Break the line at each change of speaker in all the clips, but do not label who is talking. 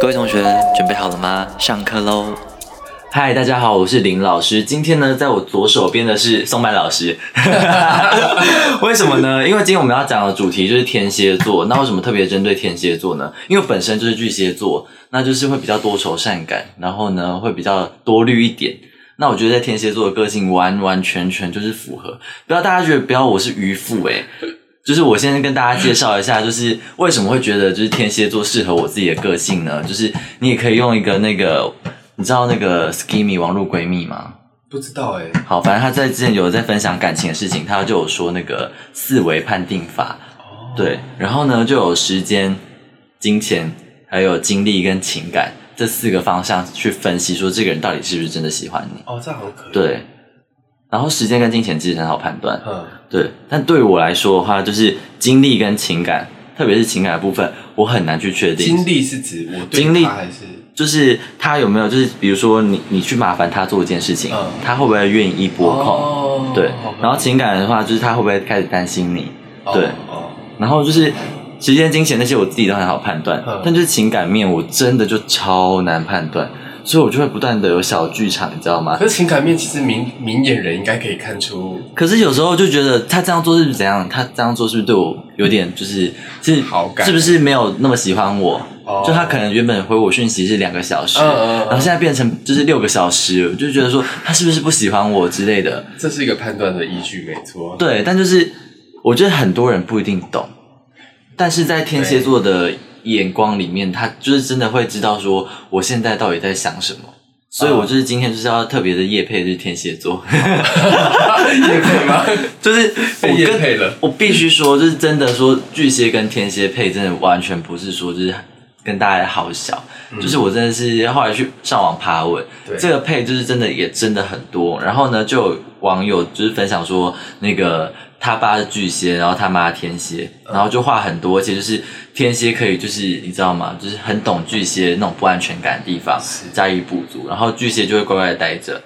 各位同学准备好了吗？上课喽！
嗨，大家好，我是林老师。今天呢，在我左手边的是松坂老师。为什么呢？因为今天我们要讲的主题就是天蝎座。那为什么特别针对天蝎座呢？因为本身就是巨蟹座，那就是会比较多愁善感，然后呢会比较多虑一点。那我觉得在天蝎座的个性完完全全就是符合。不要大家觉得不要我是渔夫欸诶、就是我先跟大家介绍一下，就是为什么会觉得就是天蝎座适合我自己的个性呢？就是你也可以用一个那个，你知道那个 Skimmy 网络闺蜜吗？
不知道哎、
好，反正她在之前有在分享感情的事情，她就有说那个四维判定法，
哦
对，然后呢就有时间、金钱、还有精力跟情感这四个方向去分析，说这个人到底是不是真的喜欢你？
哦，这好可以。，
对，然后时间跟金钱其实很好判断，
嗯，
对，但对我来说的话，就是精力跟情感，特别是情感的部分，我很难去确定。
经历是指我对
经历
他还是
就是他有没有，就是比如说你你去麻烦他做一件事情，
嗯
他会不会愿意拨空？
哦
对
好可，以
然后情感的话，就是他会不会开始担心你？
哦
对
哦，
然后就是时间、金钱那些，我自己都很好判断，
嗯
但就是情感面，我真的就超难判断，所以我就会不断的有小剧场，你知道吗？
可是情感面其实明明眼人应该可以看出
可是有时候就觉得他这样做是不是怎样？他这样做是不是对我有点就是是
好感
是不是没有那么喜欢我？
哦
就他可能原本回我讯息是两个小时，
嗯嗯嗯
然后现在变成就是六个小时，我就觉得说他是不是不喜欢我之类的。
这是一个判断的依据，没错。
对，但就是我觉得很多人不一定懂，但是在天蝎座的眼光里面，他就是真的会知道说我现在到底在想什么。
嗯
所以， 我就是今天就是要特别的夜配，就是天蝎座，
也可以吗？
就是 我
被业
跟
配了。
我必须说，就是真的说巨蟹跟天蝎配，真的完全不是说就是跟大家好小，就是我真的是后来去上网爬文，
对
这个配就是真的也真的很多。然后呢，就有网友就是分享说，那个他爸是巨蟹，然后他妈是天蝎，
嗯
然后就话很多，其实就是天蝎可以就是你知道吗？就是很懂巨蟹那种不安全感的地方
是哦
加以补足，然后巨蟹就会乖乖的待着。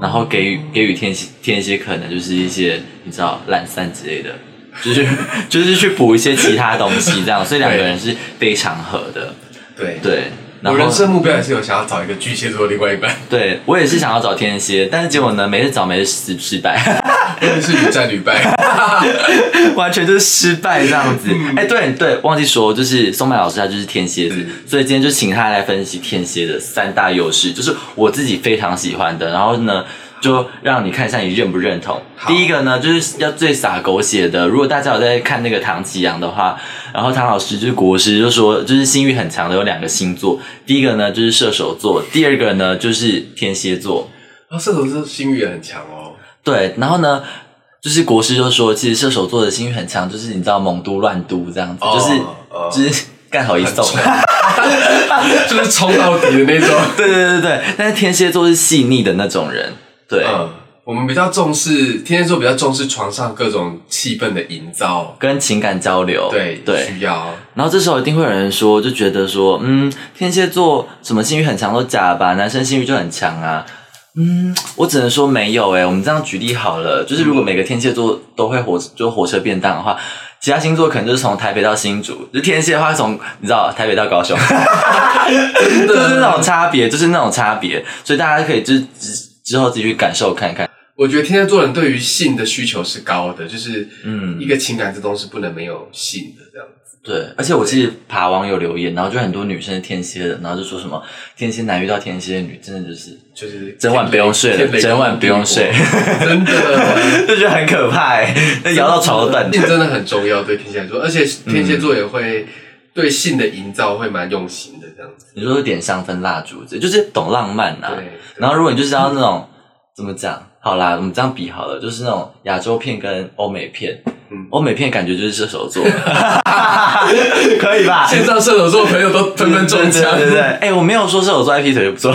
然后给予给予天蝎天蝎可能就是一些你知道懒散之类的，就是就是去 补一些其他东西这样，所以两个人是非常合的，
对，
对。然
我
后
人生目标也是有想要找一个巨蟹座的另外一 半，
对我也是想要找天蝎，但是结果呢，每次找每次失失败，
我也是屡战屡败。
完全就是失败这样子。哎、对对，忘记说，就是松柏老师他就是天蝎子，所以今天就请他来分析天蝎的三大优势，就是我自己非常喜欢的。然后呢，就让你看一下你认不认同。第一个呢，就是要最洒狗血的。如果大家有在看那个唐启阳的话，然后唐老师就是国师就说，就是性欲很强的有两个星座，第一个呢就是射手座，第二个呢就是天蝎座。
然后哦射手座心欲也很强哦，
对，然后呢，就是国师就说，其实射手座的心欲很强，就是你知道猛嘟乱嘟这样子，
哦
就是、
哦
就是干好一
很
送。
冲， 就是冲到底的那种。
对对对对，但是天蝎座是细腻的那种人，对，
嗯，我们比较重视天蝎座，比较重视床上各种气氛的营造，
跟情感交流，
对
哦对，
需要。
然后这时候一定会有人说，就觉得说，嗯，天蝎座什么性欲很强都假吧，男生性欲就很强啊。嗯，我只能说没有诶、欸我们这样举例好了，就是如果每个天蝎座都会火就火车便当的话，其他星座可能就是从台北到新竹，就天蝎的话从你知道台北到高雄，就是那种差别，就是那种差别，所以大家可以就是之之后自己去感受看看。
我觉得天蝎座人对于性的需求是高的，就是
嗯
嗯，一个情感这东西不能没有性的这样子。
对，而且我其实爬网友留言，然后就很多女生是天蝎的，然后就说什么天蝎男遇到天蝎女，真的就是
就是
整晚不用睡了
天雷
整晚不用睡
真的，
就觉得很可怕、 欸，那摇 到床都断
性真的很重要，对天蝎座，而且天蝎座也会对性的营造会蛮用心的这样子。
你说点香氛蜡烛，就是懂浪漫呐、
对
然后如果你就是要那种怎么讲，好啦，我们这样比好了，就是那种亚洲片跟欧美片
嗯，
欧、美片感觉就是射手 座，可以吧？
线上射手座的朋友都纷纷中 枪，
对对对对哎、我没有说射手座爱劈腿就不错，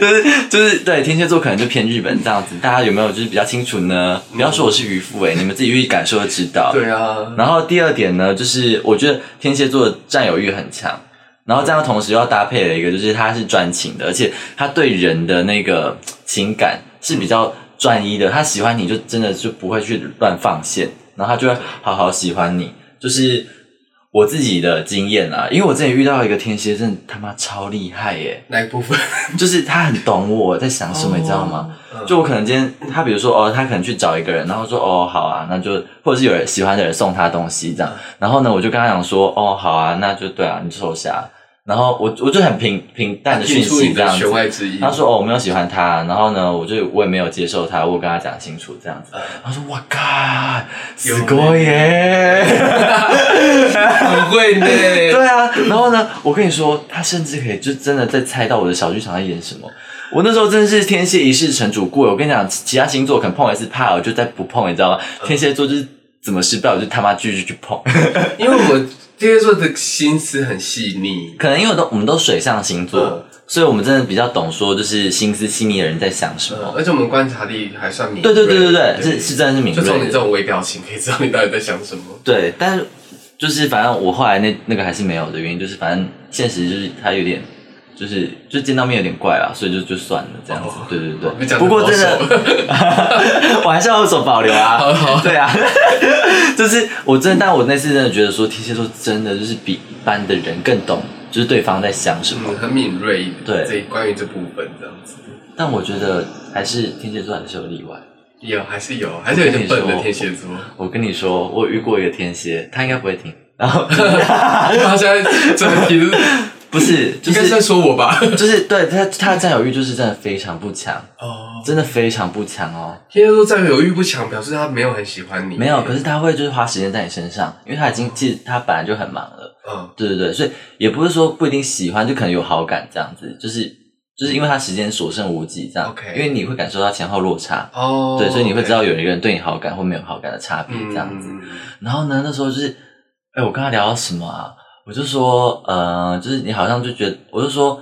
就是就是对天蝎座可能就偏日本这样子，大家有没有就是比较清楚呢？不要说我是渔夫哎、你们自己去感受就知道。
对啊，
然后第二点呢，就是我觉得天蝎座的占有欲很强，然后这样同时又要搭配了一个，就是他是专情的，而且他对人的那个嘖情感是比较专一的，他喜欢你就真的就不会去乱放线，然后他就会好好喜欢你，就是。我自己的经验啊，因为我之前遇到一个天蝎，真的他妈超厉害耶！
哪一部分？
就是他很懂我在想什么，你知道吗？就我可能今天他比如说哦，他可能去找一个人，然后说哦好啊，那就或者是有人喜欢的人送他东西这样，然后呢我就跟他讲说哦好啊，那就对啊，你收下。然后我我就很平平淡的讯
听出
息
你
这样
的
子
弦，外之音。
他说哦我没有喜欢他，然后呢我就我也没有接受他，我有跟他讲清楚这样子。他说哇靠，死过耶！
很会 呢，
对啊，然后呢，我跟你说，他甚至可以就真的在猜到我的小剧场在演什么。我那时候真的是天蝎一世成主顾，我跟你讲，其他星座可能碰一次怕，我就再不碰，你知道吗？
嗯
天蝎座就是怎么失败，我就他妈继续去碰。
因为我天蝎座的心思很细腻，
可能因为我都我们都水象星座，
嗯
所以我们真的比较懂说，就是心思细腻的人在想什
呃
么。
而且我们观察力还算敏
对嗯
锐。
对对对对，是是真的是敏
就从你
锐
这
的。
种微表情可以知道你到底在想什么。
对，但是就是反正我后来那那个还是没有的原因，就是反正现实就是他有点。就是就见到面有点怪啊啦，所以就就算了这样子。
哦
对对
你
对，
讲得
不过真的
好，
我还是要有所保留 啊。对啊， 就是我真的，但我那次真的觉得说天蝎座真的就是比一般的人更懂，就是对方在想什么。
嗯，很敏锐，
哦对
这关于这部分这样子，
但我觉得还是天蝎座还是有例外。
有还是有，还是有一些笨的天蝎座，
我跟你说，我有遇过一个天蝎，他应该不会听。然后
他现在整 个题是
不是，就
应该是在
是
说我吧？
就是对他他的占有欲就是真的非常不强，
哦，
真的非常不强哦。
天蝎座占有欲不强，表示他没有很喜欢你。
没有，可是他会就是花时间在你身上，因为他已经其实他本来就很忙了。
嗯，
对对对，所以也不是说不一定喜欢，就可能有好感这样子，就是就是因为他时间所剩无几这样。
OK
因为你会感受到前后落差，
哦，
对，所以你会知道有一个人对你好感或没有好感的差别
嗯
这样子。
嗯
然后呢，那时候就是，哎，我跟他聊到什么啊？我就说，呃，就是你好像就觉得，我就说，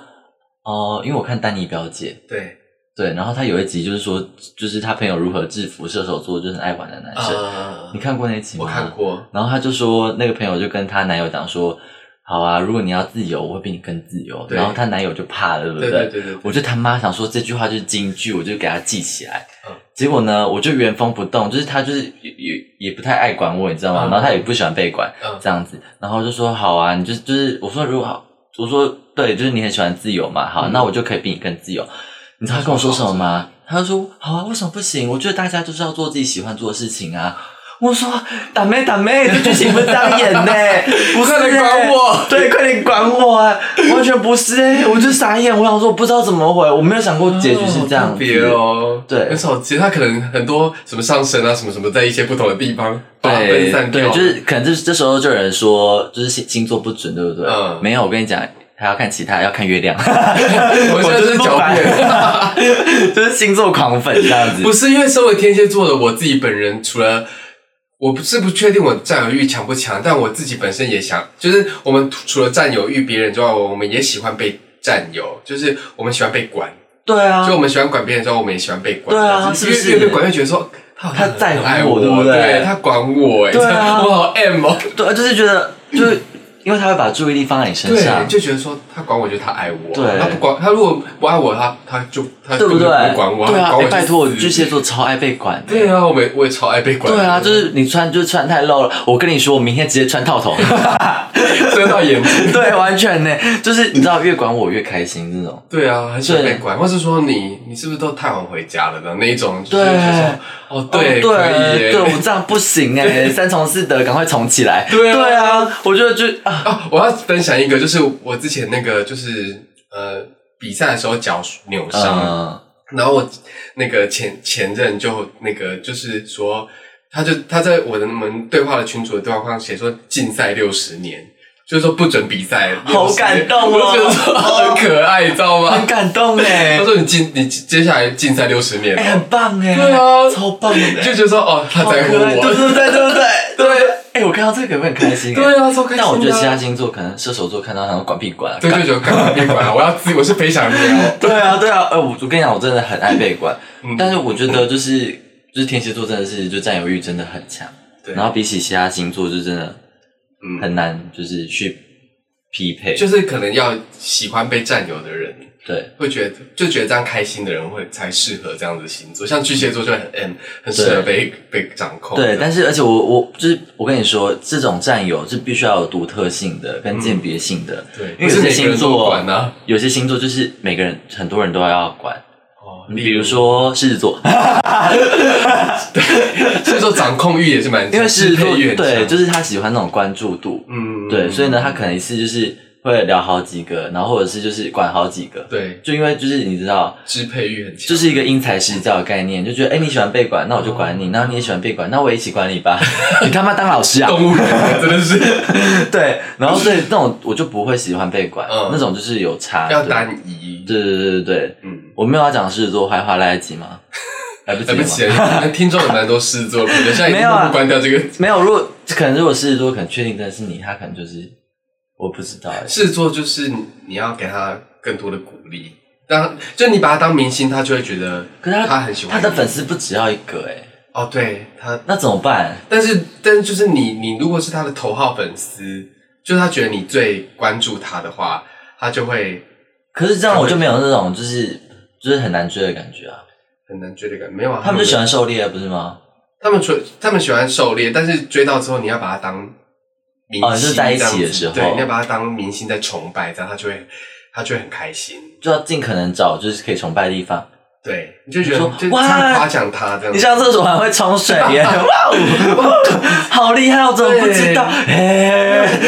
哦、因为我看丹尼表姐，
对，
对，然后他有一集就是说，就是他朋友如何制服射手座，就是很爱玩的男生。
呃
你，看过那集吗？
我看过，
然后她就说，那个朋友就跟她男友讲说，好啊，如果你要自由，我会比你更自由。
对
然后她男友就怕了，对不
对对对对，
我就他妈想说这句话就是金句，我就给她记起来。
嗯
结果呢，我就原封不动，就是她就是也也也不太爱管我，你知道吗？然
嗯
后她也不喜欢被管，
嗯
这样子。然后就说好啊，你就就是我说如果好，我说对，就是你很喜欢自由嘛，好，
嗯
那我就可以比你更自由。你知道他跟我说什么吗？他就说：“好啊，为什么不行？我觉得大家就是要做自己喜欢做的事情啊。”我说：“打妹打妹，这剧情不是这样演 呢、不是、欸，
快点管我
对，快点管我、啊，完全不是哎、我就傻眼，我想说我不知道怎么回，我没有想过结局是这样
哦
子。
别哦，
对
很少见。他可能很多什么上升啊，什么什么，在一些不同的地方把它分
对
散掉，
对，就是可能这这时候就有人说，就是星星座不准，对不对？
嗯
没有，我跟你讲，还要看其他，要看月亮。
我现在就是狡辩。
辩， 就是星座狂粉这样子。
不是因为身为天蝎座的我自己本人，除了我不是不确定我占有欲强不强，但我自己本身也想，就是我们除了占有欲别人之外，我们也喜欢被占有，就是我们喜欢被管，
对啊
就，我们喜欢管别人之后，我们也喜欢被管。
对啊
就是
是不是
越越被管越觉得说他好像
他在乎
很爱
我
我，
对不对
他管我哎、
对啊
我好 M 哦。
对，就是觉得，就是因为他会把注意力放在你身
对，
上，
就觉得说他管我，就他爱我。
对
他不管他如果不爱我，他他就他
对不对？
根本不会管我，
对
他
啊，
管
哎
我
拜托，我
就
巨
是。
蟹座超爱被管的。
对啊，我也我也超爱被管的。
对啊，就是你穿就是穿太露了，我跟你说，我明天直接穿套头。
遮到眼睛。
对，完全呢，就是你知道，越管我越开心这种。
对啊，很喜欢
对
被管，或是说你你是不是都太晚回家了的那一种，就
对
是觉得说哦对
哦
可以
对，
耶
对我这样不行哎，三从四德，赶快重起来。
对啊
对啊，我觉得就啊，
啊，我要分享一个，就是我之前那个就是呃比赛的时候脚扭伤，
嗯，
然后我那个前前任就那个就是说，他就他在我的门对话的群组的对话框写说禁赛六十年。就是说不准比赛，
好
60
感动哦
我就觉得说很可爱，你知道吗
很？感动哎
他，说你禁你接下来禁赛六十年哦，
哎，很棒哎，
对啊
超棒的，
就觉得说哦，他
好
在乎
可爱对
我，
对对对对对。哎，我看到这个我很开心哎。
对啊，超开心的啊。
但我觉得其他星座可能射手座看到他们管屁管啊，
对就觉得干嘛别管了，我要自己，我是飞翔鸟。
对啊，对啊，呃，我我跟你讲，我真的很爱被管，
嗯
但是我觉得就是就是天蝎座真的是就占有欲真的很强，
对
然后比起其他星座就真的
嗯
很难就是去匹配，
就是可能要喜欢被占有的人，
对，
会觉得就觉得这样开心的人会才适合这样子星座，像巨蟹座就很 M，很适合被被掌控。
对，但是而且我我就是我跟你说，这种占有是必须要有独特性的跟鉴别性的，
对，
因为
不
有些
是每个
星
人都
座
管啊。
有些星座就是每个人很多人都要管，
哦，
比如啊说狮子座，
所以说掌控欲也是蛮，
因为狮子座对，就是是他喜欢那种关注度，
嗯，
对，所以呢，他可能一次就是会聊好几个，然后或者是就是管好几个，
对
就因为就是你知道。
支配欲很强，
就是一个因材施教的概念，就觉得哎、诶你喜欢被管，那我就管你；然后你也喜欢被管，那我也一起管你吧。哦 你他妈当老师啊！
动物园真的是
对，然后所以那种我就不会喜欢被管，
嗯
那种就是有差。
要
对
单一，
对对对对对，
嗯，
我没有要讲狮子座坏话，来得及吗？来不及
来
吗？
不及了，听众有蛮多事做，可能现在已经
没有啊
默默关掉这个
没有，如果可能，如果狮子座可能确定真的是你，他可能就是我不知道哎、
事做，就是你要给他更多的鼓励，当就你把他当明星，他就会觉得，
可是他
他很喜欢
他
你
的粉丝不只要一个哎、
哦，对他，
那怎么办？
但是但是就是你你如果是他的头号粉丝，就是他觉得你最关注他的话，他就会
可是这样我就没有那种就是就是很难追的感觉啊。
很难追的感觉。没有啊，
他们就喜欢狩猎，不是吗？
他们追他们喜欢狩猎，但是追到之后你要把他当明星、
哦就是在一起的时候
这样子对，你要把他当明星在崇拜，这样他就会他就会很开心。
就要尽可能找就是可以崇拜的地方。
对，你就觉得
说
就这
哇
样夸奖他这 样子。
你上厕所还会冲水 耶！哇哦， 好厉害！我怎么不知道？
嗯
哎，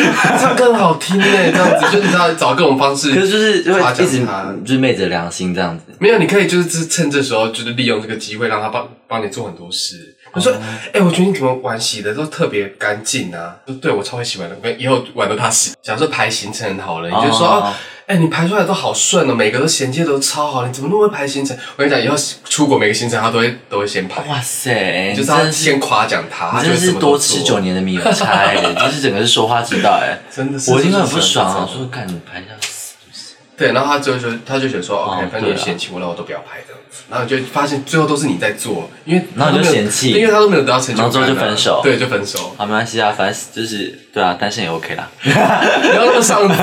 这样更好听欸呢，这样子就你知道找各种方式，
可是就是
夸
会
奖
一直
他。
就是昧着良心这样子。
没有，你可以就是趁这时候，就是利用这个机会让他帮帮你做很多事。我
哦
说，哎、我觉得你怎么碗洗的都特别干净啊！就对我超会洗碗的，跟以后碗都他洗。假如说排行程好了，你就说，
哦
哦哎、你排出来都好顺哦，每个都衔接都超好，你怎么那么会排行程？我跟你讲，以后出国每个行程他都会都会先排，
哇塞，
就是
你真
他
的
先夸奖他，
你
他
真
就
的
会什
是
么都
多吃
做
九，年的米有差哎， 就是整个是说话之道哎。
真的是
我听到很不爽啊，
这种
说干你排一下死不是？
对，然后他最后就他就觉得说、
哦
o k 反正
对
你
啊
嫌弃我，那我都不要拍这样子。然后就发现最后都是你在做，因为他
然后你就
都没有
嫌弃
因为他都没有得到成就感啊、
然后最后就分手，
对，就分手
好，没关系啊，反正就是对啊，单身也 OK 啦。
不要那么上进，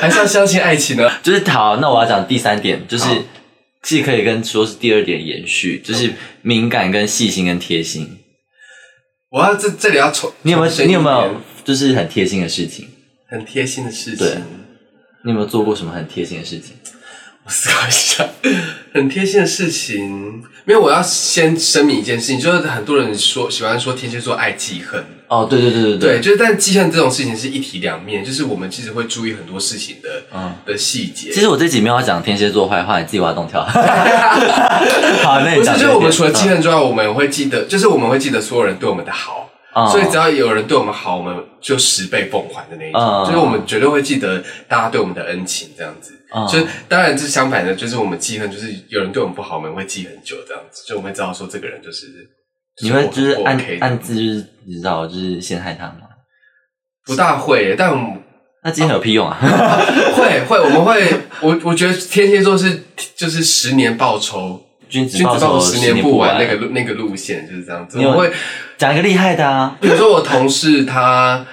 还是要相信爱情呢。
就是好，那我要讲第三点，就是
好
既可以跟说是第二点延续，就是敏感跟细心跟贴心。
我要这这里要重，
你有没
重
有
申
你有
一
没有
遍
就是很贴心的事情？
很贴心的事
对
情？
你有没有做过什么很贴心的事情？
我思考一下，很贴心的事情，因为我要先声明一件事情，就是很多人说喜欢说天蝎座爱记恨，
哦，对对对对
对，，就是但记恨这种事情是一体两面，就是我们其实会注意很多事情的、
嗯
的细节。
其实我这集没有要讲天蝎座坏话，你自己挖洞 跳。好，那你
不是，
讲这
就
一点。
是我们除了记恨之外，我们会记得，就是我们会记得所有人对我们的好，
嗯，
所以只
要
要有人对我们好，我们就十倍奉还的那一种，
嗯
就是我们绝对会记得大家对我们的恩情这样子。
嗯
就是当然是相反的，就是我们记恨，就是有人对我们不好，我们会记很久这样子，就我们会知道说这个人就是。
你会就是
我
暗
OK 的
暗自就是你知道就是陷害他吗？
不大会，但我 们
那今天有屁用啊？
会会我们会，我我觉得天蝎座是就是十年报仇，
君子
君
报
子
仇
报十年不晚
晚
那个路那个路线就是这样子，
你有
我会
讲一个厉害的啊。
比如说我同事他，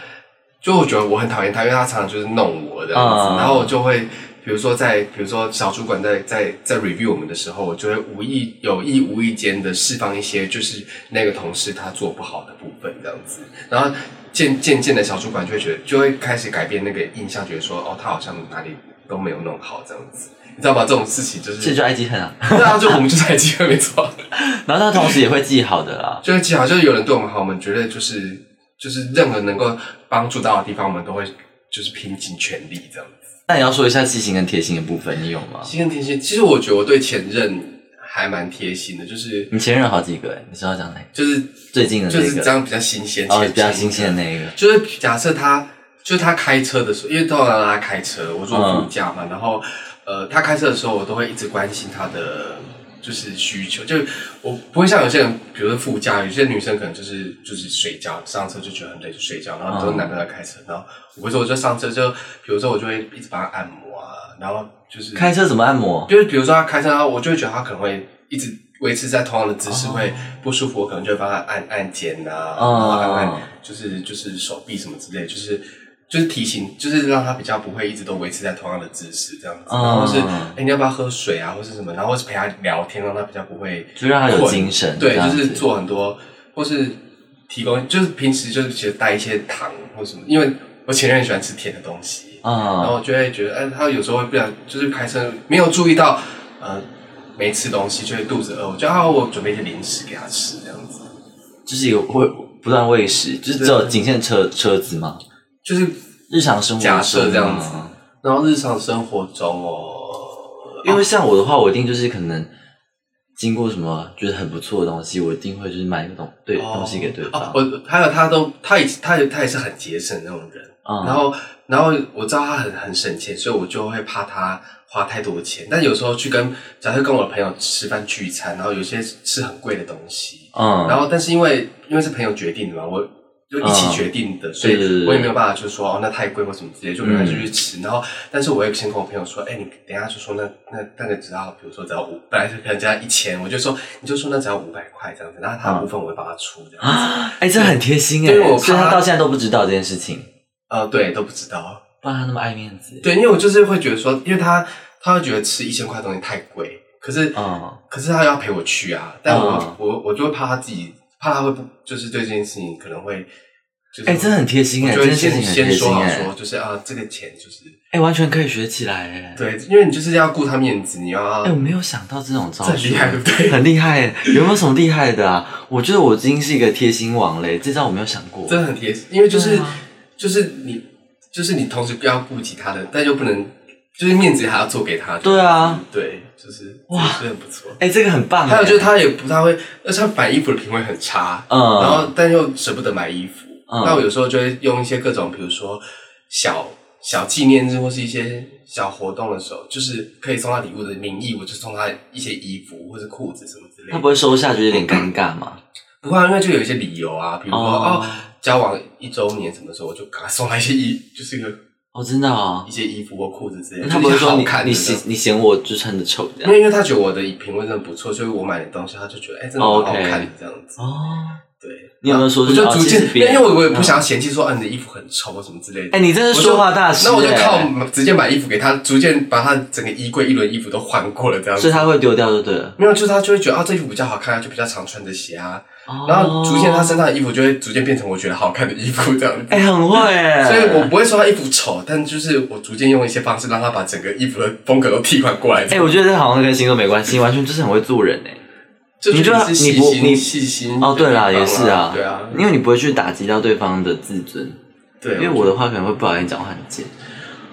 就我觉得我很讨厌他，因为他常常就是弄我这样子，
嗯
然后我就会，比如说在，比如说小主管在在在 review 我们的时候，我就会无意有意无意间的释放一些就是那个同事他做不好的部分这样子，然后渐渐渐的小主管就会觉得就会开始改变那个印象，觉得说哦他好像哪里都没有弄好这样子，你知道吗？这种事情就
这
是
就。爱记恨啊，
对啊，就我们就在机会没错，
然后他同时也会记好的啊啦。
就是记好，就是有人对我们好，我们绝对就是就是任何能够帮助到的地方，我们都会就是拼尽全力这样子。
那你要说一下细心跟贴心的部分，你有吗？
心跟贴心，其实我觉得我对前任还蛮贴心的，就是
你前任有好几个哎、你知道讲哪个？
就是
最近嗯的那
就
个，
是这样比较新鲜，
哦，
前
比较新鲜的那一个，
就是假设他，就是他开车的时候，因为通常他开车，我坐副驾嘛，然后呃，他开车的时候，我都会一直关心他的就是需求，就我不会像有些人，比如说副驾，有些女生可能就是就是睡觉，上车就觉得很累就睡觉，然后都是男朋友在开车，然后我会说我就上车就，比如说我就会一直帮他按摩啊，然后就是
开车怎么按摩？
就是比如说他开车，然后我就会觉得他可能会一直维持在同样的姿势，
哦
会不舒服，我可能就会帮他按按肩呐、啊，
哦
然后按按就是就是手臂什么之类，就是就是提醒，就是让他比较不会一直都维持在同样的姿势这样子，
嗯
然后是哎、诶你要不要喝水啊，或是什么，然后或是陪他聊天，让他比较不会
就让他有
困
精神
对，
这样
就
子
是做很多，或是提供，就是平时就是其实带一些糖或什么，因为我前任很喜欢吃甜的东西，然
嗯，
后我就会觉得，哎、他有时候会不然就是开车没有注意到，呃，没吃东西就会肚子饿，我就啊，我准备一些零食给他吃这样子。
就是有喂不断喂食，就是只有
对
仅限车车子嘛，
就是，
日常生活
假
中
设这样
啊
子然后日常生活中哦，
因为像我的话，我一定就是可能经过什么就是很不错的东西，我一定会就是买一个东对、
哦
东西给对方。
啊我还有他都，他也他也他也是很节省那种人，
嗯
然后然后我知道他很很省钱，所以我就会怕他花太多钱。但有时候去跟，假设跟我的朋友吃饭聚餐，然后有些吃很贵的东西，
嗯，
然后但是因为因为是朋友决定的嘛，我就一起决定的，所
对对
以
对
我也没有办法就说哦那太贵或什么之类，就没办
嗯
法就去吃。然后但是我也先跟我朋友说，哎、你等一下就说那那那个只要比如说只要五，本来是可能只要一千，我就说你就说那只要五百块这样子，然后他的部分我会帮他出这样子。
哎、这很贴心哎、
对我
所以
怕
他到现在都不知道这件事情，
呃，对，都不知道。
不然他那么爱面子。，
对，因为我就是会觉得说，因为他他会觉得吃一千块的东西太贵，可是、
嗯
可是他要陪我去啊，但我、
嗯
我我就会怕他自己，怕他会不就是对这件事情可能会就是
哎、这很贴心哎、
我
这
就会
件事
先
情很贴
先
心
说好
哎、
说，就是啊，这个钱就是
哎、完全可以学起来哎、，
对，因为你就是要顾他面子，你要、
哎、我没有想到这种招数，
这很厉害对不 对
很厉害哎、有没有什么厉害的啊？我觉得我已经是一个贴心王嘞、这招我没有想过。
真的很贴心，因为就是、
对啊
就是你就是你同时不要顾及他的，但又不能就是面子还要做给他，
对啊，
对，就是
哇
哇，真的不错。
哎、这个很棒、哎
还有就是他也不太会，而且他买衣服的品味很差，
嗯
然后但又舍不得买衣服，
嗯
那我有时候就会用一些各种，比如说小小纪念日或是一些小活动的时候，就是可以送他礼物的名义，我就送他一些衣服或是裤子什么之类
他
的
不。会收下，觉得有点尴尬吗？
不过因为就有一些理由啊，比如说
哦
哦交往一周年什么时候，我就赶快送他一些衣，就是一个
哦，真的哦
一。些衣服或裤子之类的，
他不会
就是
说
好
你
看的
你
这
嫌
样
你嫌我就穿的丑这
因
样
为因为他觉得我的品味真的不错，所以我买的东西他就觉得哎、真的蛮好看的这样子。
哦。
对，
你有没有说
我
就是
就
哦
逐
其
渐
实，别
因
人嗯
为我也不想要嫌弃说，啊，你的衣服很丑什么之类的。
哎，你真
我
是
就
说话大师
那我就
哎
靠直接买衣服给他，逐渐把他整个衣柜一轮衣服都换过了这样
所
子
以。他会丢掉就对了。
没有，就是他就会觉得啊，这衣服比较好看，他就比较常穿这些啊。
哦
然后逐渐他身上的衣服就会逐渐变成我觉得好看的衣服这样子。
哎很会哎，
所以我不会说他衣服丑，但就是我逐渐用一些方式让他把整个衣服的风格都替换过来。
哎，我觉得这好像跟星座没关系，完全就是很会做人哎。
这就
你就是
细
你不你
心细心
哦，对啦，
的地
也
方
是啊，
嗯对啊，
因为你不会去打击到对方的自尊，
对，啊
因为我的话可能会不小心讲话很贱。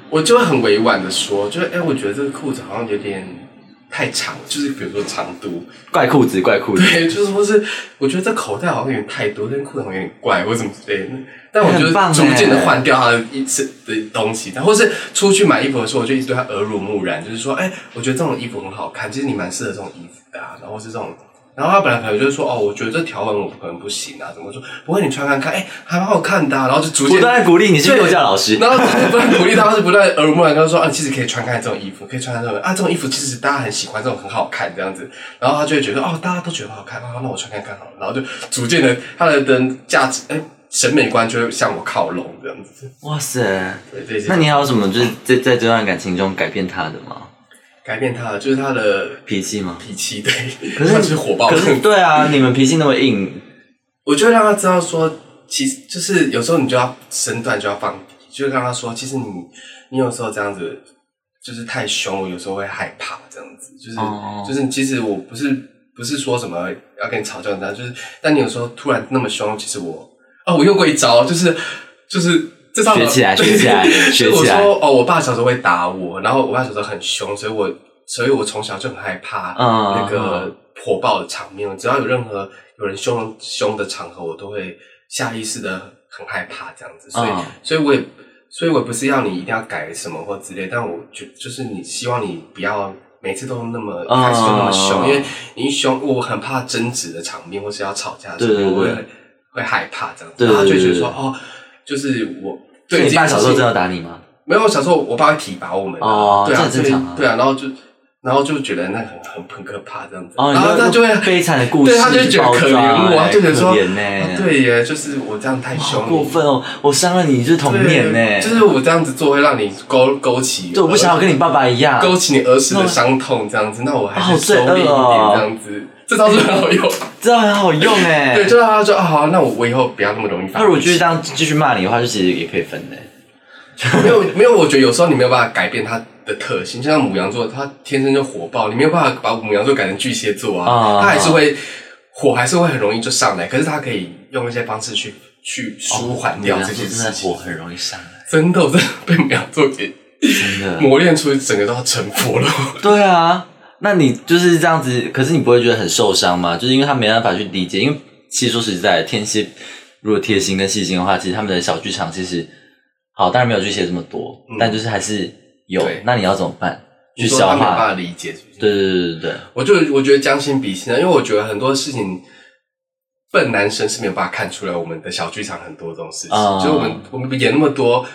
我就会很委婉的说，就是哎、我觉得这个裤子好像有点太长，就是比如说长度，
怪裤子，怪 裤子，
对， 就是或是我觉得这口袋好像有点太多，这件裤子好像有点怪，或什么之类的。但我就
很棒
是逐渐的
欸
换掉他的一次的东西，然后或是出去买衣服的时候，我就一直对他耳濡目染，就是说，哎、我觉得这种衣服很好看，其实你蛮适合这种衣服的、啊，然后是这种。然后他本来可能就是说，哦，我觉得这条纹我可能不行啊，怎么说？不会，你穿看看，哎、还蛮好看的、啊。然后就逐
不
渐
断在鼓励你是
对
幼教老师。
然后不断鼓励他，是不断耳濡目染，跟他说啊，你其实可以穿看这种衣服，可以穿看这种啊，这种衣服其实大家很喜欢，这种很好看这样子。然后他就会觉得哦，大家都觉得好看啊，那我穿看看好了。然后就逐渐的他的的价值，哎、审美观就会向我靠拢这样子。
哇塞，
对，这些
那你还有什么就是在在这段感情中改变他的吗？
改变他的就是他的
脾气吗？
脾气，对，
可是
他就是火爆
可。是对啊，你们脾气那么硬，
我就会让他知道说，其实就是有时候你就要身段就要放低，就让他说，其实你你有时候这样子就是太凶，我有时候会害怕这样子，就是、
哦
就是其实我不是不是说什么要跟你吵架这样，就是但你有时候突然那么凶，其实我哦，我用过一招，就是就是。这招
学起 来
对
学起来
就是
学起来
我说哦，我爸小时候会打我，然后我爸小时候很凶，所以我所以我从小就很害怕
嗯
那个火爆的场面，只要有任何有人凶凶的场合，我都会下意识的很害怕这样子，所以、
嗯
所以我也所以我也不是要你一定要改什么或之类，但我就就是你希望你不要每次都那么
嗯
开始就那么凶，因为你一凶，我很怕争执的场面或是要吵架的
对
场面，
对
我
对
会会害怕这样子，
对对
然后就会觉得说
对对
哦，就是我
所以
对
你爸小时候真
这
的
样。
打你吗？
没有，我小时候我爸会体罚我们啊、
哦
对啊，
这很正常啊
所以对啊，然后就然后就觉得那很很很可怕这样子，
哦，你
然后
说
他啊就会
悲惨的故事，
对他就会觉得可怜我，
啊，
他就觉得说，
可怜
啊
呢，
对耶，就是我这样太
好
凶了，
过分哦，我伤了你，就是童年呢，
对就是我这样子做会让你勾勾起，呃
对，我不想要跟你爸爸一样，
勾起你儿时的伤痛这样子，那我还
好
是
罪
收
恶
敛一点
哦
这样子，这招是很好用，
这很好用哎
对，。就让他说啊，好，那我我以后不要那么容易
他
发脾气。
如果继续这样继续骂你的话，就其实也可以分的。
没有没有，我觉得有时候你没有办法改变它的特性，就像母羊座，它天生就火爆，你没有办法把母羊座改成巨蟹座啊，
啊
它还是会火，还是会很容易就上来，可是它可以用一些方式去去舒缓掉这些
啊真
事
的
情。
火很容易上来，
真的，我真的被母羊座给
真的。
磨练出整个都要成佛了。
对啊，那你就是这样子，可是你不会觉得很受伤吗？就是因为他没办法去理解，因为其实说实在，天蝎如果贴心跟细心的话，其实他们的小剧场其实好，当然没有巨蟹这么多，
嗯
但就是还是有
对。
那你要怎么办？去
你说他
消
没有办
化？
法理解，是不是？
对对对对对，
我就我觉得将心比心啊，因为我觉得很多事情，笨男生是没有办法看出来我们的小剧场很多这种事情，
啊
就是我们我们演那么多，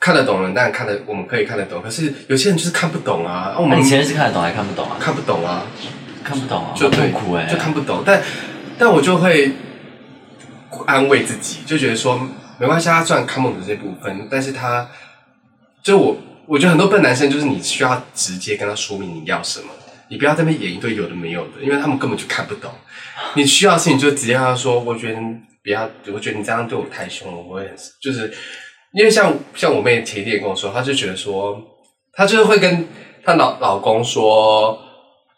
看得懂人，当然看得我们可以看得懂，可是有些人就是看不懂啊，啊我
那、
们
你前面是看得懂还是看不懂啊？
看不懂啊，
看不懂啊，
就
好
对
痛苦哎、
就看不懂，但但我就会安慰自己，就觉得说没关系，他虽然看不懂这部分，但是他就我我觉得很多笨男生就是你需要直接跟他说明你要什么，你不要在那边演一堆有的没有的，因为他们根本就看不懂。你需要的事情就直接跟他说，我觉得你不要，我觉得你这样对我太凶了，我会很就是因为像像我妹前一天也跟我说，她就觉得说，她就是会跟她老老公说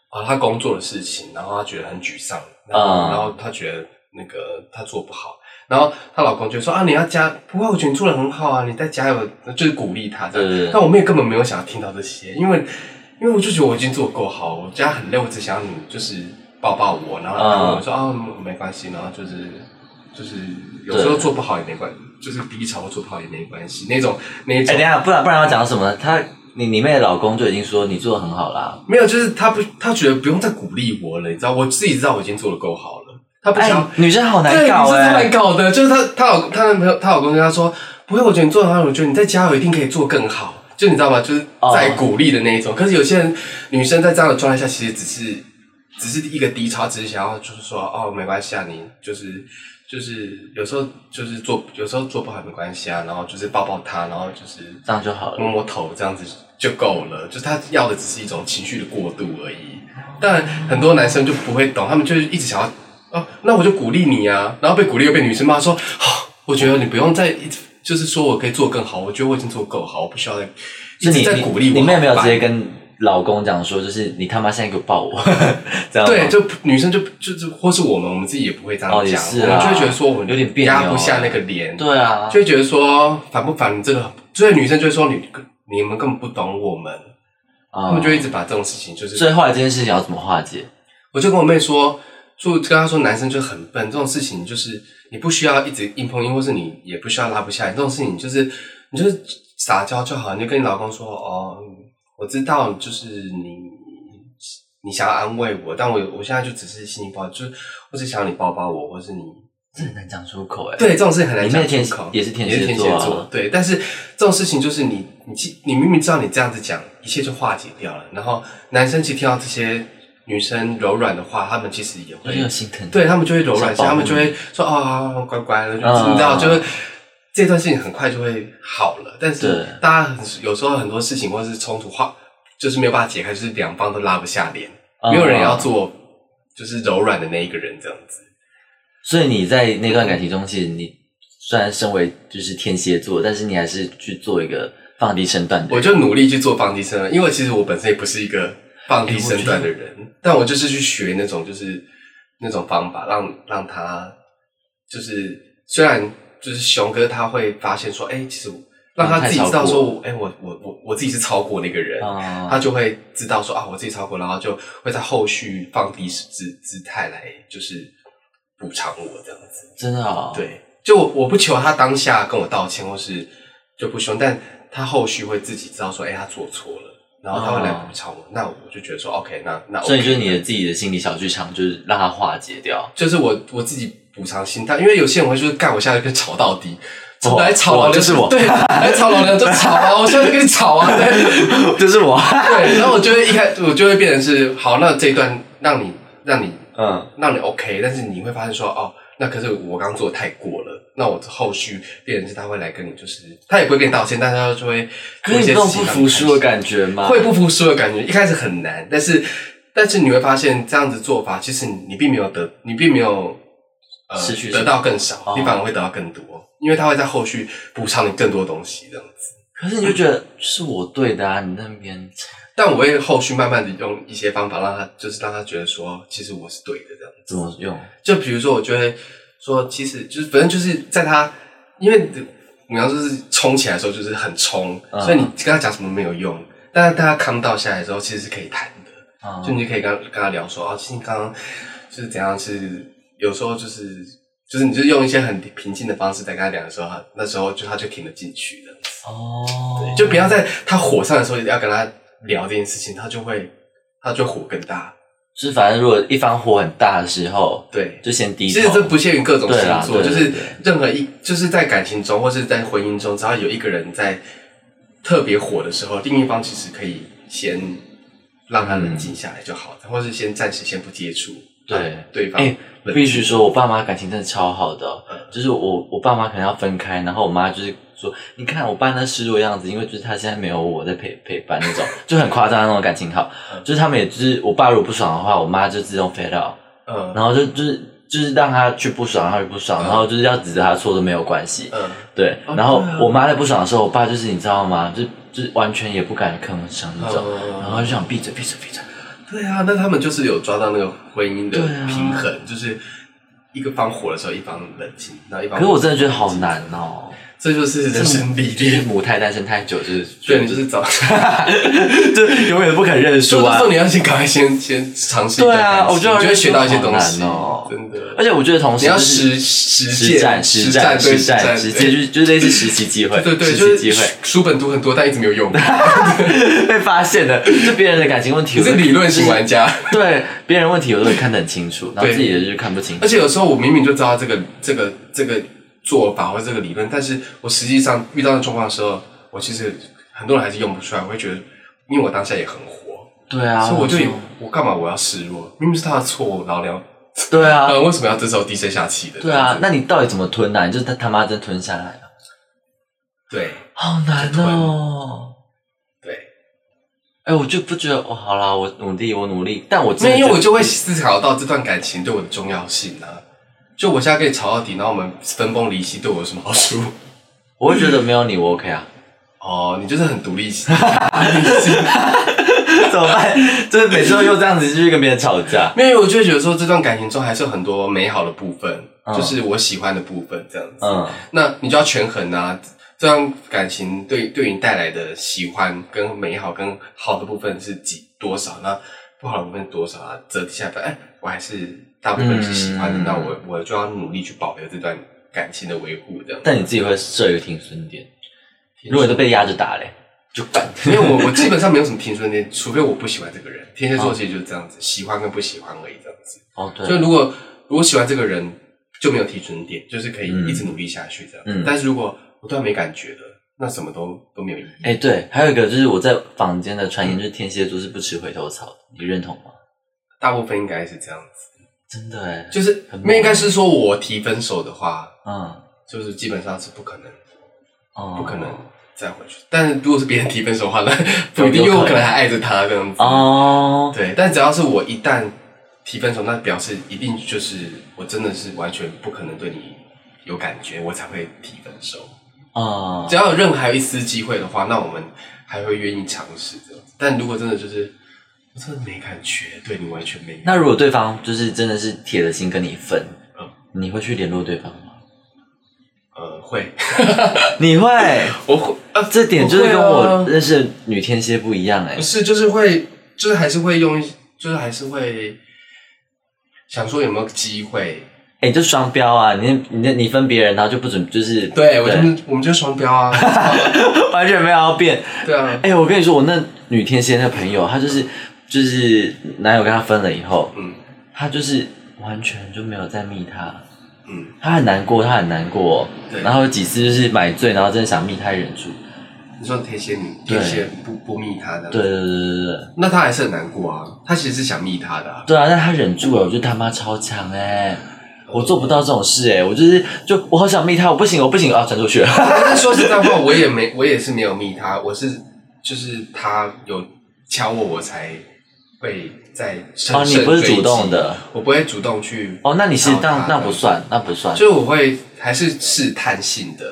啊，她工作的事情，然后她觉得很沮丧，然后、
嗯
然后她觉得那个她做不好，然后她老公就说啊，你要加，不会，我觉得你做的很好啊，你再加油，就是鼓励她这样。
对对对
但我妹根本没有想要听到这些，因为因为我就觉得我已经做得够好，我家很累，我只想要你就是抱抱我，然后安慰我
嗯
说啊没关系，然后就是就是有时候做不好也没关系，就是低潮做不好也没关系那种那
哎、
种
等一下，不然不然要讲什么？他你你妹的老公就已经说你做的很好啦，
没有，就是他不他觉得不用再鼓励我了，你知道，我自己知道我已经做得够好了，他不
哎、
想要、
女生好难
对，
搞
你是
哎、
超难搞的。就是她，她老她男朋友，她老公跟她说，不会，我觉得你做得很好，我觉得你在加油一定可以做更好。就你知道吗？就是
哦
在鼓励的那一种。可是有些人女生在这样的状态下，其实只是只是一个低潮，只是想要就是说，哦，没关系啊，你就是就是有时候就是做有时候做不好也没关系啊，然后就是抱抱他，然后就是
这样就好了
摸摸头这样子就够了。就是他要的只是一种情绪的过渡而已。但很多男生就不会懂，他们就是一直想要哦，那我就鼓励你啊，然后被鼓励又被女生骂说，好、我觉得你不用再一直就是说我可以做更好，我觉得我已经做够好，我不需要再一
是
直
你
在
你
鼓励我。
你妹没有
好
直
烦
接跟老公讲说，就是你他妈现在给我抱我， 这样吗
对，就女生就就是或是我们，我们自己也不会这样
哦也
讲，
是
我们
啊
就会觉得说我们
有点别扭啊
压不下那个脸，
对啊，
就会觉得说烦不烦？你这个很，所以女生就会说你你们根本不懂我们，
啊
他们就会一直把这种事情就是
所以后来这件事情要怎么化解？
我就跟我妹说，就跟她说，男生就很笨，这种事情就是你不需要一直硬碰硬，或是你也不需要拉不下来，这种事情就是你就是撒娇就好，你就跟你老公说，哦，我知道，就是你你想要安慰我，但我我现在就只是心里不好，就是我只想要你抱抱我，或是你
这很难讲出口哎、
对，这种事情很难
你妹
讲
天
出口，
也是天蝎
也是天蝎
座啊
座，对。但是这种事情就是你，你既你明明知道你这样子讲，一切就化解掉了。然后男生其实听到这些女生柔软的话，他们其实也
有点
会，
心疼。
对他们就会柔
想
软一
保
下，
护
他们就会说啊，乖乖的，就是
嗯
你知道，就是这段事情很快就会好了。但是
对
大家很有时候很多事情或者是冲突化，就是没有办法解开，就是两方都拉不下脸，
嗯
没有人要做就是柔软的那一个人这样子。
所以你在那段感情中，其实你虽然身为就是天蝎座，但是你还是去做一个放低身段的
我
人。
就努力去做放低身段，因为其实我本身也不是一个放低身段的人，但我就是去学那种就是那种方法，让让他就是虽然就是熊哥他会发现说，哎、其实我让他自己知道说我，哎、我我我我自己是超过那个人，
啊
他就会知道说啊，我自己超过，然后就会在后续放低姿姿态来就是补偿我这样子。
真的哦，，
对，就我我不求他当下跟我道歉或是就不凶，但他后续会自己知道说，哎、他做错了，然后他会来补偿我。那我就觉得说，OK，那那 OK,
哦所以就是你的自己的心理小剧场，就是让它化解掉。
就是我我自己补偿心态，因为有些人会就是干，我现在跟吵到底，
我
来吵
哦
老
我
娘，
就是我，
对，来吵老娘就吵啊，我现在就跟你吵啊，对
就是我，
对。然后我就会一开，我就会变成是，好，那这一段让你让你
嗯，
让你 OK，但是你会发现说，哦，那可是我刚做的太过了，那我后续变成是他会来跟你，就是他也不会跟你道歉，但是他就会
可是你
做一
这
些
种
事
不
情让
服输的感觉
觉
吗？
会不服输的感觉，一开始很难，但是但是你会发现这样子做法，其实你并没有得，你并没有。呃
失去什么
得到更少，
哦
你反而会得到更多，因为他会在后续补偿你更多东西，这样子。
可是你就觉得是我对的啊，你那边
但我会后续慢慢的用一些方法，让他就是让他觉得说，其实我是对的这样。
怎么用？
就比如说，我觉得说，其实就是反正就是在他，因为母羊就是冲起来的时候就是很冲，
嗯
所以你跟他讲什么没有用。但是他康到下来的时候，其实是可以谈的，
啊
就你可以跟他跟他聊说，哦，其实刚刚就是怎样是有时候就是就是你就用一些很平静的方式在跟他聊的时候，他那时候就他就听得进去了。
哦
对，就不要在他火上的时候要跟他聊这件事情，他就会他就火更大。
就是反正如果一方火很大的时候，
对，
就先低
其
头。
实这不限于各种星座，
对啦对
就是
对对
任何一就是在感情中或是在婚姻中，只要有一个人在特别火的时候，另一方其实可以先让他冷静下来就好，或是先暂时先不接触。
嗯对
对方
哎、
冷静
必须说，我爸妈感情真的超好的哦、
嗯
就是我我爸妈可能要分开，然后我妈就是说，你看我爸那失落的样子，因为就是他现在没有我在陪陪伴 那种，就很夸张的那种感情好，
嗯
就是他们也就是我爸如果不爽的话，我妈就自动 fade out，
嗯
然后就就是就是让他去不爽，他去不爽，
嗯
然后就是要指责他错都没有关系，
嗯，
对，
哦
然后
对啊
我妈在不爽的时候，我爸就是你知道吗？就就是完全也不敢吭声那种，
嗯
然后就想闭嘴闭嘴闭嘴，
对啊，那他们就是有抓到那个婚姻的
对啊
平衡，就是一个方火的时候，一方冷静，然后一方。
可是我真的觉得好难嗯哦。
这就是人生历
就是
练。
母胎单身太久，就是
对，你就是早，
就是永远不肯认
所以
输
我就
啊
说。你要先赶快先先尝试一段
对啊
感情
我觉得
你就会学到一些东
好
西，
难哦
真的。
而且我觉得同时
你要
就是
实实
实战、
践
实
战
战、
对
实战、
实
实践，就是就是类似实习机会，
对对对，就
实习
是
机会
书书本读很多，但一直没有用。
被发现的，就别人的感情问题，
你
我
是
都
理论型玩家，
对别人问题我都会看得很清楚，然后
对
自己的就是看不清楚
而。且有时候我明明就知道这个这个这个做法或者这个理论，但是我实际上遇到的状况的时候，我其实很多人还是用不出来，我会觉得，因为我当下也很火，
对啊，
所以我就
有
有我干嘛我要示弱？明明是他的错，我老娘
对啊，
呃，为什么要这时候低声下气的？
对啊，那你到底怎么吞啊？你就是他他妈真吞下来啊了，
对
好难
就吞
哦。
对，
哎，我就不觉得哦，好啦，我努力，我努力，但我真
那
的
因为我
觉
就会思考到这段感情对我的重要性啊。就我现在跟你吵到底，然后我们分崩离析，对我有什么好处？
我会觉得没有你我 OK 啊，
哦，你就是很独立性，
怎么办？就是每次都又这样子继续跟别人吵架，
没有，我就会觉得说这段感情中还是有很多美好的部分，
嗯
就是我喜欢的部分这样子。
嗯，
那你就要权衡啊，这段感情对对你带来的喜欢跟美好跟好的部分是几多少？那不好的部分是多少啊？折抵下来，哎，我还是大部分是喜欢的，
嗯
那我我就要努力去保留这段感情的维护，这样。
但你自己会设一个停损点，如果你都被压着打嘞，就干。
因为我我基本上没有什么停损点，除非我不喜欢这个人。天蝎座其实就是这样子，喜欢跟不喜欢而已，这样子。
哦，对，
所以如果如果喜欢这个人，就没有停损点，就是可以
嗯
一直努力下去这样。
嗯
但是如果我突然没感觉了，那什么都都没有意义。
哎、对，还有一个就是我在房间的传言，就是天蝎座是不吃回头草的，你认同吗？
大部分应该是这样子，
真的哎，
就是
很猛
那应该是说我提分手的话，
嗯
就是基本上是不可能，
哦，
不可能再回去。但是如果是别人提分手的话， 那不一定，
有可能
因为我可能还爱着他这样子。
哦，
对，但只要是我一旦提分手，那表示一定就是我真的是完全不可能对你有感觉，我才会提分手。
啊、
只要有任何还有一丝机会的话，那我们还会愿意尝试这样子。但如果真的就是我真的没感觉，对你完全没感觉，
那如果对方就是真的是铁了心跟你分，
嗯
你会去联络对方吗？
呃会，
你会，
我会啊，
这点就是跟
会啊
我认识的女天蝎不一样哎、
不是就是会，就是还是会用一，就是还是会想说有没有机会。
哎、就双标啊！你你你分别人，然后就不准，就是
对，我就是我们就是双标啊，
完全没有要变。
对啊，
哎、我跟你说，我那女天蝎那朋友，她就是就是男友跟她分了以后，
嗯
她就是完全就没有再密她，
嗯嗯，
他很难过，他很难过。哦
对
然后有几次就是买醉，然后真的想密他也忍住。
嗯你说天蝎女，
对
天蝎不不密他的，
对，对对对对对
那他还是很难过啊，他其实是想密他的、啊，
对啊，但他忍住了，我觉得他妈超强哎、我做不到这种事哎、我就是就我好想密他，我不行，我不行啊，传出去了。
但是说实在话，我也没， 我也是没有密他，我是就是他有敲我，我才会在乘
哦，你
胜
不是
追
主动
击，
的
我不会主动去
哦，那你是
敲他
那那
的
不，算，那不算
就。是我会还是试探性的，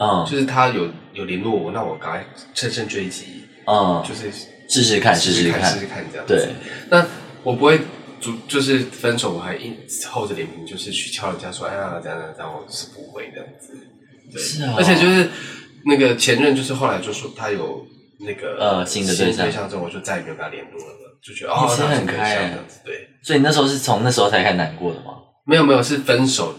嗯
就是他有有联络我，那我赶快乘胜追击，
嗯，
就是
试试看，试试
试
看
试。看这样子。
对，
那我不会主就是分手，我还硬厚着脸皮就是去敲人家说，哎呀，这样这样这样，我是不会这样子。对，
是哦
而且就是那个前任，就是后来就说他有那个
呃新的对象
对象之后，我就再也没有跟他联络了，就觉得
你
哦，
心
那
很
是对
开
象
欸
这样子。对，
所以你那时候是从那时候才开始难过的吗？
没有没有是分手，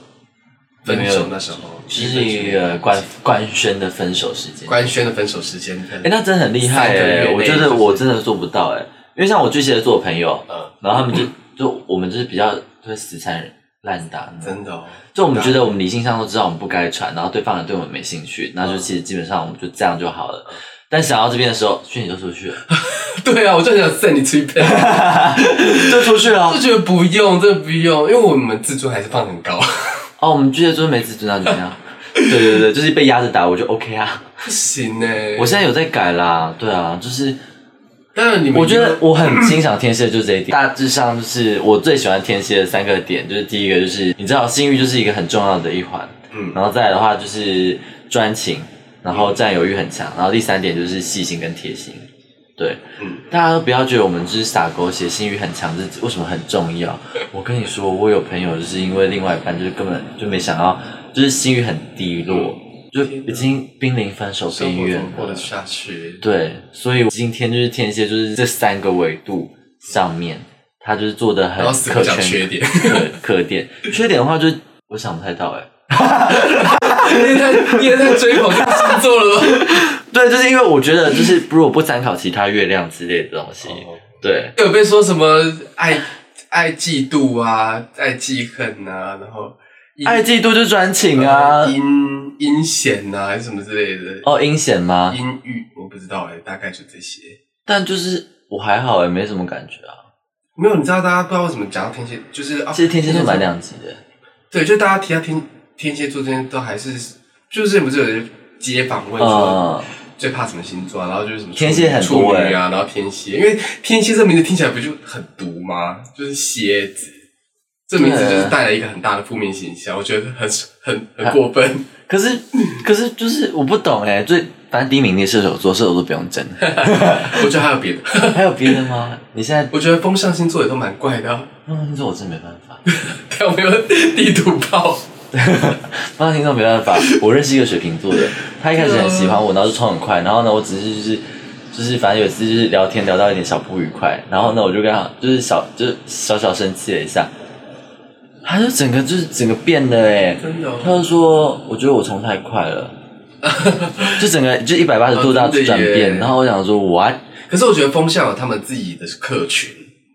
有没
分
有
手那时候
就是呃一个官官宣的分手时间。
官宣的分手时间。
哎、那真的很厉害
三个
哎、
月内
我觉得我真的做不到哎、因为像我巨蟹座的朋友，
嗯，
然后他们 就就我们就是比较对死缠烂打，
真的哦，
就我们觉得我们理性上都知道我们不该传，然后对方也对我们没兴趣，那就其实基本上我们就这样就好了。但想到这边的时候，去你就出去了，
对啊，我就想送你出一杯，
就出去啊了
就。觉得不用，真的不用，因为我们自尊还是放很高。
哦，我们巨蟹座没自尊啊，怎么样？对对对，就是被压着打，我就 OK 啊。
不行呢、
我现在有在改啦，对啊，就是
当然你们
我觉得
有
我很欣赏天蝎，就这一点。大致上就是我最喜欢天蝎的三个点，就是第一个就是你知道性欲就是一个很重要的一环，
嗯
然后再来的话就是专情，然后占有欲很强，然后第三点就是细心跟贴心。对，
嗯
大家都不要觉得我们就是傻狗血，性欲很强，这为什么很重要？我跟你说，我有朋友就是因为另外一半就是根本就没想到，就是性欲很低落，就已经濒临分手
生
边
活
缘
怎
了
么。过得下 去？
对，所以今天就是天蝎，就是这三个维度上面，他就是做的很
然后死
可
不讲缺
圈
点，
可可 点。缺点的话就，我想不太到哎、
你也在你也在追捧这个星座了吗？
对，就是因为我觉得，就是如果不参考其他月亮之类的东西，
哦
对，
有被说什么爱爱嫉妒啊，爱记恨啊，然后阴
爱嫉妒就专情啊。
呃阴阴险啊，还是什么之类的。
哦，阴险吗？
阴郁，我不知道哎、大概就这些。
但就是我还好哎、没什么感觉啊。
没有，你知道大家不知道为什么讲到天蝎，就是啊，
其实天蝎座蛮两极的，
对，就大家提到天天蝎座这些，都还是就是不是有人街访问说，
嗯，
最怕什么星座啊？然后就是什么
天蝎很
处
多
女
欸
处女啊，然后天蝎，因为天蝎这名字听起来不就很毒吗？就是蝎子，这名字就是带来一个很大的负面形象，我觉得很很很过 分。
可是可是就是我不懂哎、最反正第一名你是射手座，射手座不用 争。
我觉得还有别的，
还有别的吗？你现在
我觉得风象星座也都蛮怪的、啊。
风象星座我真没办法，
看有没有地图炮？
风象星座没办法。我认识一个水瓶座的，他一开始很喜欢我，然后就冲很快，然后呢，我只是就是就是反正有一次就是聊天聊到有点小不愉快，然后呢，我就跟他就是小就是小小生气了一下，他就整个就是整个变了哎、
真的哦
他 就说我觉得我冲太快了，就整个就一百八十度大
哦真的耶
转变，然后我想说我
可是我觉得风象有他们自己的客群，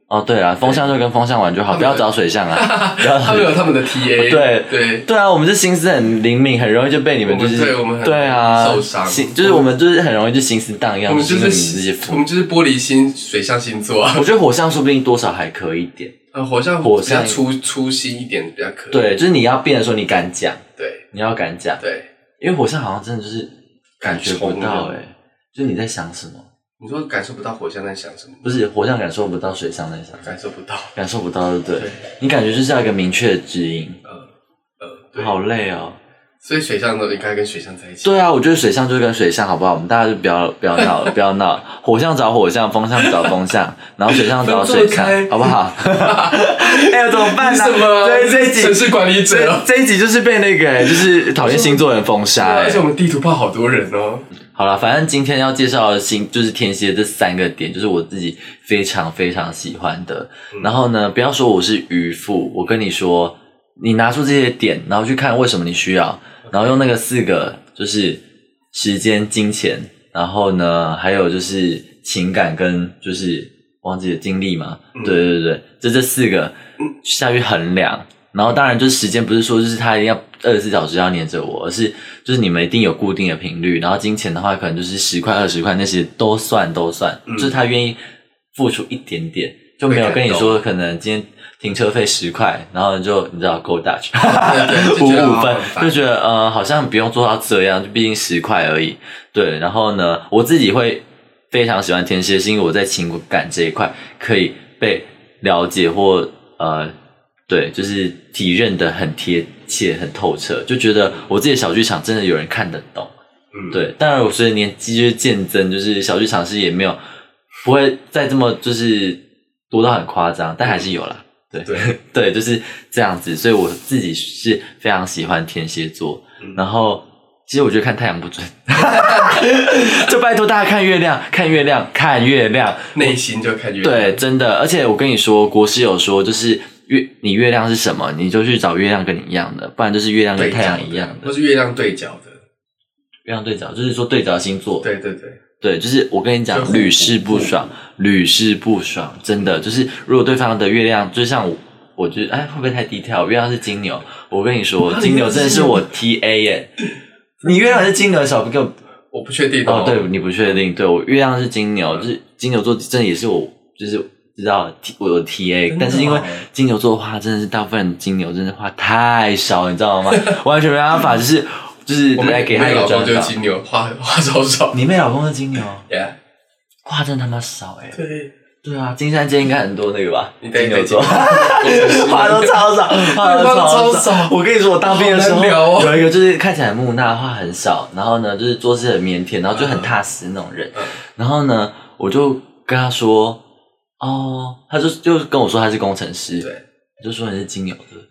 哦对了，风象就跟风象玩就好，不要找水象 啊，不要找
他们有他们的 TA，
对
对。
对啊，我们这心思很灵敏，很容易就被你们就是
我们对我们很
对啊
受伤
心就是我们就是很容易就心思荡漾，
我们就
因为你们这些
是我
腐。
们就是玻璃心水象星座啊，
我觉得火象说不定多少还可以一点，
呃，火象
火
比
象
较粗粗心一点比较可以。
对，就是你要变的时候你敢讲，
对
你要敢讲，
对，
因为火象好像真的就是感
敢
觉不
冲
到
的
哎、欸，就你在想什么？
你说感受不到火象在想什么？
不是火象感受不到，水象在想什么，
感受不到。
感受不到对不对
对？
你感觉就是要一个明确的指引，
呃，对，
好累哦。
所以水象都应该跟水象在一起。
对啊，我觉得水象就是跟水象，好不好？我们大家就不要不要 闹了，不要闹。火象找火象，风象找风象，然后水象找水象
分，
好不 好？哎呀，怎么办
为
呢、
什么？
对这一
城
集，
市管理者
这
哦。
这一集就是被那个、就是讨厌星座人封杀、
而
哎
且我们地图炮好多人 哦。
好了，反正今天要介绍的星就是天蝎这三个点，就是我自己非常非常喜欢的。然后呢，不要说我是渔夫，我跟你说，你拿出这些点，然后去看为什么你需要，然后用那个四个，就是时间、金钱，然后呢，还有就是情感跟就是忘记了精力嘛，
嗯
对对对，就这四个下去衡量。然后当然就是时间，不是说就是他一定要二十四小时要黏着我，而是就是你们一定有固定的频率，然后金钱的话可能就是十块二十块那些都算都算，就是他愿意付出一点点，就没有跟你说可能今天停车费十块，然后就你知道 go Dutch
对对
五
就觉得
五
好
分
烦
就觉得呃好像不用做到这样，就毕竟十块而已。对，然后呢，我自己会非常喜欢天蝎，是因为我在情感这一块可以被了解或呃，对，就是体认的很贴切、很透彻，就觉得我自己的小剧场真的有人看得懂。
嗯，
对，当然我随着年纪就是渐增，就是小剧场是也没有不会再这么就是多到很夸张，但还是有啦。对
对
对，就是这样子，所以我自己是非常喜欢天蝎座。
嗯
然后其实我觉得看太阳不准， 就拜托大家看月亮，看月亮，看月亮。
内心就感觉
对，真的，而且我跟你说，国师有说，就是月你月亮是什么，你就去找月亮跟你一样的，不然就是月亮跟
对
太
角
阳
的
一样的
或。是月亮对角的，
月亮对角就是说对角星座，
对对对，
对，就是我跟你
就
讲，
互
屡
补
试不
互补
爽，屡试不爽，真的就是如果对方的月亮，就像我，我觉得哎，会不会太低调？月亮是金牛，我跟你说，
啊
金牛真的是我 T A 耶。你月亮是金牛，少不给我
我不确定
哦，对你不确定，对我月亮是金牛，就是金牛座，真的也是我就是知道 T 我的 T A，
真的
但是因为
哦
金牛座的话，真的是大部分金牛真的话太少，你知道吗？完全没办法，就是就是
我
来
们
给他
我
一
们
个
老
专
公就是
访。
金牛，话话少少，
你妹老公是金牛，
Yeah，
话真的他妈少哎、
对，
对啊，金山街应该很多那个吧？
你等
金牛座， 话
话
都超少，话都
话
超
都超
少
少。
我跟你说，我当兵的时候
好难聊哦
有一个就是看起来很木讷，话很少，然后呢就是做事很腼腆，然后就很踏实那种人
嗯。
然后呢，我就跟他说，哦，他就就跟我说他是工程师，
对，
就说你是金牛，对不对？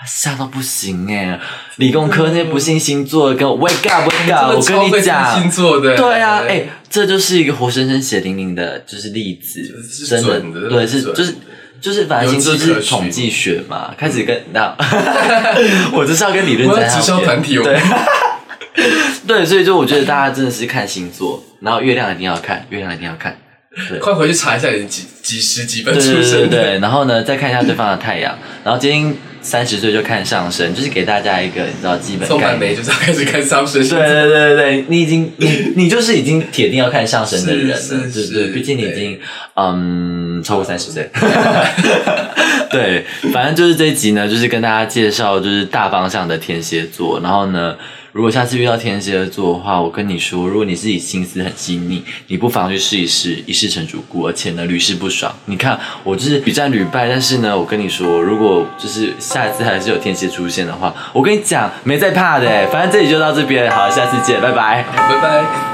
他吓到不行哎、理工科那些不信星座的跟我 wake up wake up，我跟你讲，
星座的，
对啊，哎、这就是一个活生生血淋淋的，就是例子，
是
真
准的
对，
是
是
准
就是就是，反正
有迹
就
可
是
循嗯
统计学嘛，开始跟那， 我就是要跟理论
我
在
要直销
那边
团体，
对对，所以就我觉得大家真的是看星座，然后月亮一定要看，月亮一定要看，对。
快回去查一下你几几十几分
对
出
对对对
生的，
对，然后呢，再看一下对方的太阳，然后今天三十岁就看上升，就是给大家一个你知道基本
宋
概
满
念
梅。就是要开始看上升星
对
座，
对对对对，你已经你你就是已经铁定要看上升的人了，
是是
对不对？
是
毕竟你已经
对
嗯超过三十岁， 对，反正就是这一集呢，就是跟大家介绍就是大方向的天蝎座，然后呢。如果下次遇到天蝎座的话，我跟你说，如果你自己心思很细腻，你不妨去试一试，一试成主顾，而且呢屡试不爽。你看我就是屡战屡败，但是呢，我跟你说，如果就是下一次还是有天蝎出现的话，我跟你讲没在怕的，反正这里就到这边，好，下次见，拜拜。
拜拜。